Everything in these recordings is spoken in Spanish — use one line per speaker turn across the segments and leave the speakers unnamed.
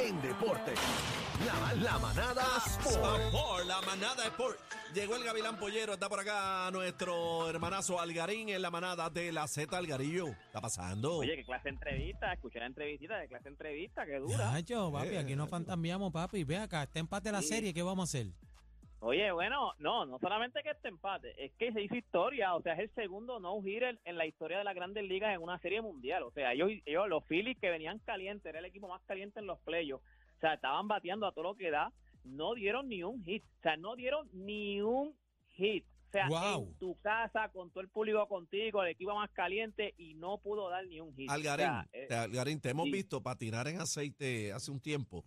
en deporte. La, la manada Sport.
Por la manada Sport. Llegó el Gavilán Pollero, está por acá nuestro hermanazo Algarín en la manada de la Z Algarillo. ¿Está pasando?
Oye, qué clase de entrevista, escuché la entrevistita, qué clase de entrevista, qué dura. Eh,
Nacho, papi, aquí nos fantasmeamos, papi. Ve acá, está empate la
Sí.
serie, ¿qué vamos a hacer?
Oye, bueno, no, no solamente que este empate, es que se hizo historia, o sea, es el segundo no-hitter en la historia de las grandes ligas en una serie mundial. O sea, ellos, ellos los Phillies que venían calientes, era el equipo más caliente en los playoffs, o sea, estaban bateando a todo lo que da, no dieron ni un hit, o sea, no dieron ni un hit. O sea,
Wow.
en tu casa, con todo el público contigo, el equipo más caliente, y no pudo dar ni un hit.
Algarín,
O sea, eh,
te- Algarín, te hemos
sí.
visto patinar en aceite hace un tiempo.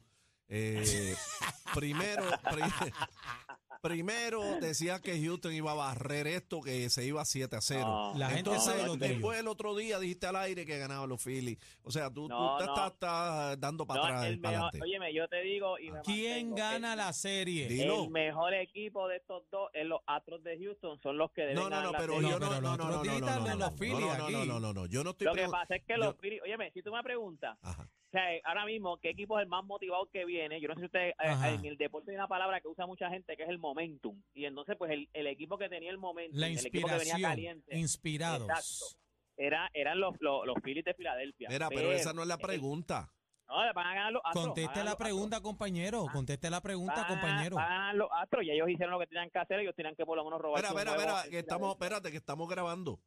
Eh, primero, pri- primero decía que Houston iba a barrer esto, que se iba 7 a 0.
no.
La gente
Entonces,
sabe lo tuyo.
después el otro día dijiste al aire que ganaban los Phillies. O sea, tú, tú
No,
te
no.
Estás, estás dando para
No,
atrás y
el
para
mejor-
adelante.
óyeme, yo te digo. Y me
¿Quién
mantengo,
gana
el,
la serie?
Di- Dilo.
El mejor equipo de estos dos es los Astros de Houston. Son los que deben
No, no,
ganar
no,
la
pero
serie.
yo
No,
no,
pero
no,
los
no, no, no,
trotistas
no,
de
no,
los Phillies
no, no,
aquí.
no, no, no, no, yo no estoy
Lo que
pregun-
pasa es que los
yo-
Phillies- Óyeme, si tú me preguntas,
Ajá.
o sea, eh, ahora mismo, ¿qué equipo es el más motivado que viene? Yo no sé si usted, eh,
Ajá.
en el deporte hay una palabra que usa mucha gente que es el momentum. Y entonces, pues el, el equipo que tenía el momentum,
La
el equipo que venía
inspiración.
caliente,
Inspirados.
Exacto. era, eran los, los, los Phillies de Filadelfia.
Mira, pero esa
eh,
no es la pregunta.
No, le van a ganar los Astros. van a
Conteste
ganar
la
los Astros.
pregunta, compañero.
Ah,
Conteste la pregunta,
Van-
compañero.
van los astros, ya ellos hicieron lo que tenían que hacer, ellos tenían que por lo menos robar.
Espera, espera, espera, que estamos, espérate, que estamos grabando.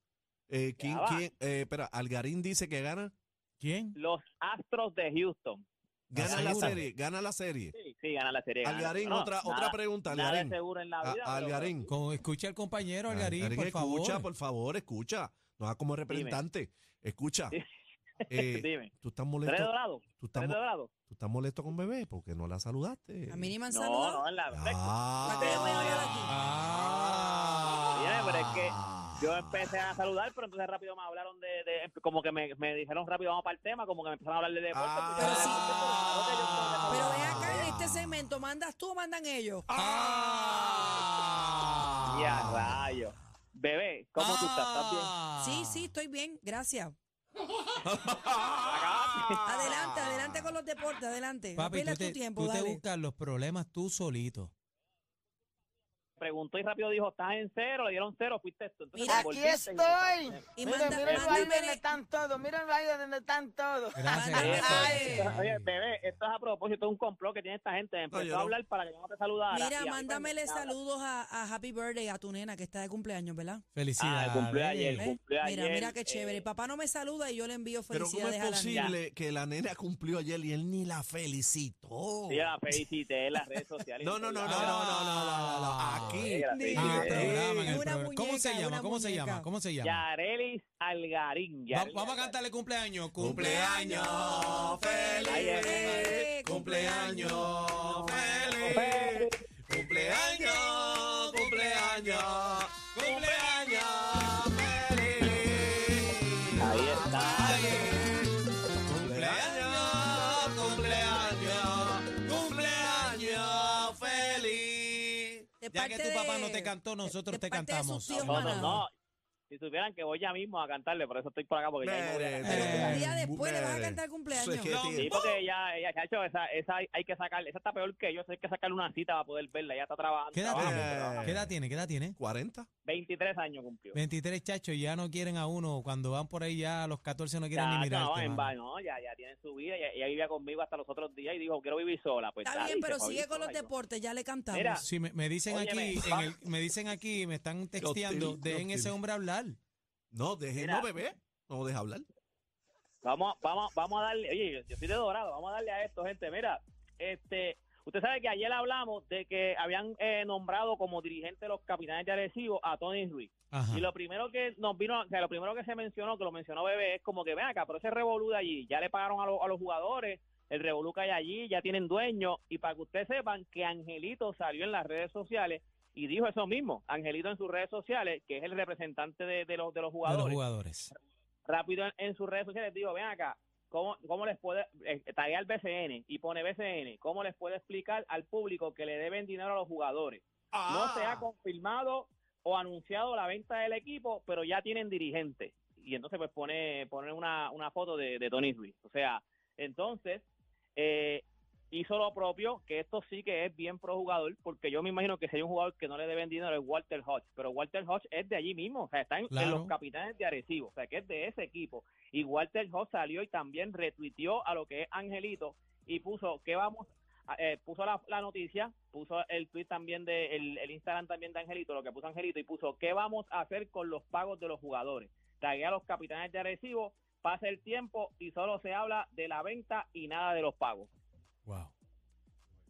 Eh, ¿quién,
Ya va.
quién, eh, espera, Algarín dice que gana.
¿Quién?
Los astros de Houston.
Gana la
Asegura.
serie, gana la serie.
Sí, sí, ganan la serie. ganan.
Algarín,
No,
otra,
nada-
otra pregunta,
Nada es
Algarín.
seguro en la
A-
vida. pero-
Algarín.
Con- escucha al compañero Algarín,
Algarín,
por favor.
escucha, por favor, escucha. No hagas como representante. Escucha.
Sí.
Eh,
Dime,
tú estás
¿tres
molesto,
dorados?
tú estás,
¿Tres
mo-
dorados?
tú estás molesto con bebé porque no la saludaste.
A mí ni me han
No,
saludado.
no, en la verdad.
Ah.
La que yo voy a hablar aquí.
Ah.
Mira, pero es que yo empecé a saludar, pero entonces rápido me hablaron de, de- como que me, me dijeron rápido vamos para el tema, como que me empezaron a hablar de deporte.
Ah.
pues,
Pero
claro que yo
sí.
tengo que
Pero ven
saludar.
acá en este segmento, ¿mandas tú o mandan ellos?
Ah.
Y a rayos. Bebé, ¿cómo tú estás? ¿Estás bien?
Ah. Sí, sí, estoy bien, gracias.
Ah.
Adelante, adelante con los deportes, adelante.
Papi,
Apela
tú
tu
te,
tiempo,
tú te
dale.
buscas los problemas tú solito.
preguntó y rápido dijo, estás en cero, le dieron cero, fuiste esto. Entonces,
Mira,
te
Aquí
envolviste y-
estoy.
Y
Miren,
manda-
miren ahí
mándame-
donde están todos. Miren ahí donde están todos.
Gracias.
Ay,
gracias.
Oye, Oye, bebé, esto es a propósito de un complot que tiene esta gente. Empezó
yo no.
a hablar para que yo no te saludara. y a
Mira,
mí
mándamele
también me habla.
saludos a, a Happy Birthday a tu nena que está de cumpleaños, ¿verdad?
Ah,
Felicidades.
el cumpleaños,
¿Eh?
el cumpleaños.
Mira, mira qué chévere.
eh,
Papá no me saluda y yo le envío
Pero ¿cómo
felicidades
es
a la niña.
posible que la nena cumplió ayer y él ni la felicitó?
Sí, la felicité en las redes sociales.
No, no, no, no, no, no,
Ah.
no, no, no, no, Aquí.
Ella,
Ah,
Sí,
programa, en el
Una
programa. ¿Cómo
muñeca,
se llama?
una
¿Cómo se
muñeca.
llama? ¿Cómo se llama?
Yarelis Algarín.
Va-
Yarelis
vamos a
Algarín.
cantarle cumpleaños.
Cumpleaños feliz.
Eh,
Cumpleaños feliz.
Feliz.
Cumpleaños, cumpleaños, cumpleaños feliz.
Ahí está.
Cumpleaños, cumpleaños, cumpleaños feliz.
Ya
de
que
parte
tu papá no
de-
te cantó, nosotros
de
te
parte de
cantamos.
sus tíos,
No, no,
maná.
no. Si supieran que voy ya mismo a cantarle, por eso estoy por acá, porque ya mismo voy a
Mere,
cantar.
Eh,
Un día después le vas a
mere.
cantar cumpleaños.
Eso es que tiene-
Sí, porque ella, ella, chacho, esa, esa hay, hay que sacarle, esa está peor que yo, esa hay que sacarle una cita para poder verla, ella está trabajando.
¿Qué edad
trabajando,
tiene?
trabajando.
eh, ¿Qué edad tiene? ¿Qué edad tiene?
40.
23 años cumplió.
23 chachos y ya no quieren a uno. Cuando van por ahí ya a los 14 no quieren
Ya,
ni mirarte.
no, en
mano.
vano, ya, ya tiene su vida, ya- ella vivía conmigo hasta los otros días y dijo, quiero vivir sola. Pues,
Está
dale,
bien,
y se
pero
fue a
sigue
vivir
con los
sola, yo.
deportes, ya le cantamos.
Mira,
Sí, me, me dicen
Óyeme,
aquí, en
va-
el- me dicen aquí, me están texteando,
hostil, qué
dejen ese
hostil.
hombre hablar.
No, deje,
Mira.
no, bebé. No deja hablar.
Vamos, vamos, vamos a darle, oye, yo, yo soy de dorado, vamos a darle a esto, gente. Mira, este, usted sabe que ayer hablamos de que habían eh, nombrado como dirigente de los capitanes de Arecibo a Tony Ruiz.
Ajá.
Y lo primero que nos vino, o sea, lo primero que se mencionó, que lo mencionó Bebé, es como que ven acá, pero ese revolú de allí, ya le pagaron a, lo- a los jugadores, el revolú que hay allí, ya tienen dueño, y para que ustedes sepan que Angelito salió en las redes sociales y dijo eso mismo, Angelito en sus redes sociales, que es el representante de, de los, de los
de los
jugadores,
jugadores.
rápido en, en sus redes sociales digo, ven acá, ¿cómo, cómo les puede, eh, tarea al BCN y pone BCN, ¿cómo les puede explicar al público que le deben dinero a los jugadores?
Ah.
No se ha confirmado o anunciado la venta del equipo, pero ya tienen dirigente. Y entonces pues pone, pone una, una foto de, de Tony Ruiz. O sea, entonces, eh, hizo lo propio, que esto sí que es bien pro jugador, porque yo me imagino que si hay un jugador que no le deben dinero es Walter Hodge, pero Walter Hodge es de allí mismo, o sea, está en, en
Claro.
los capitanes de Arecibo, o sea, que es de ese equipo. Y Walter Hodge salió y también retuiteó a lo que es Angelito y puso, ¿qué vamos? a- eh, puso la, la noticia, puso el tweet también de, el, el Instagram también de Angelito, lo que puso Angelito, y puso, ¿qué vamos a hacer con los pagos de los jugadores? Tagué a los capitanes de Arecibo, pasa el tiempo y solo se habla de la venta y nada de los pagos
Wow.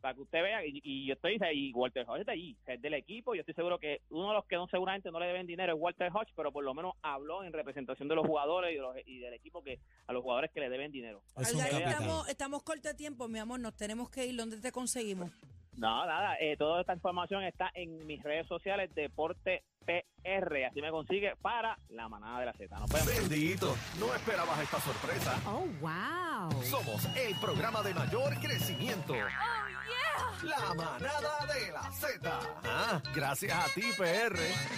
para que usted vea, y, y yo estoy, y Walter Hodge es de allí, es del equipo, yo estoy seguro que uno de los que no seguramente no le deben dinero es Walter Hodge, pero por lo menos habló en representación de los jugadores y, de los- y del equipo que a los jugadores que le deben dinero.
Es un
Algarín,
capitán.
estamos, estamos corto de tiempo, mi amor, nos tenemos que ir. ¿Dónde te conseguimos?
No, nada, eh, toda esta información está en mis redes sociales, Deporte PR, así me consigue para la manada de la Z. Nos vemos.
Bendito, no esperabas esta sorpresa.
Oh, wow. Oh,
Somos el programa de mayor crecimiento. La manada de la Z. Ah, gracias a ti, PR.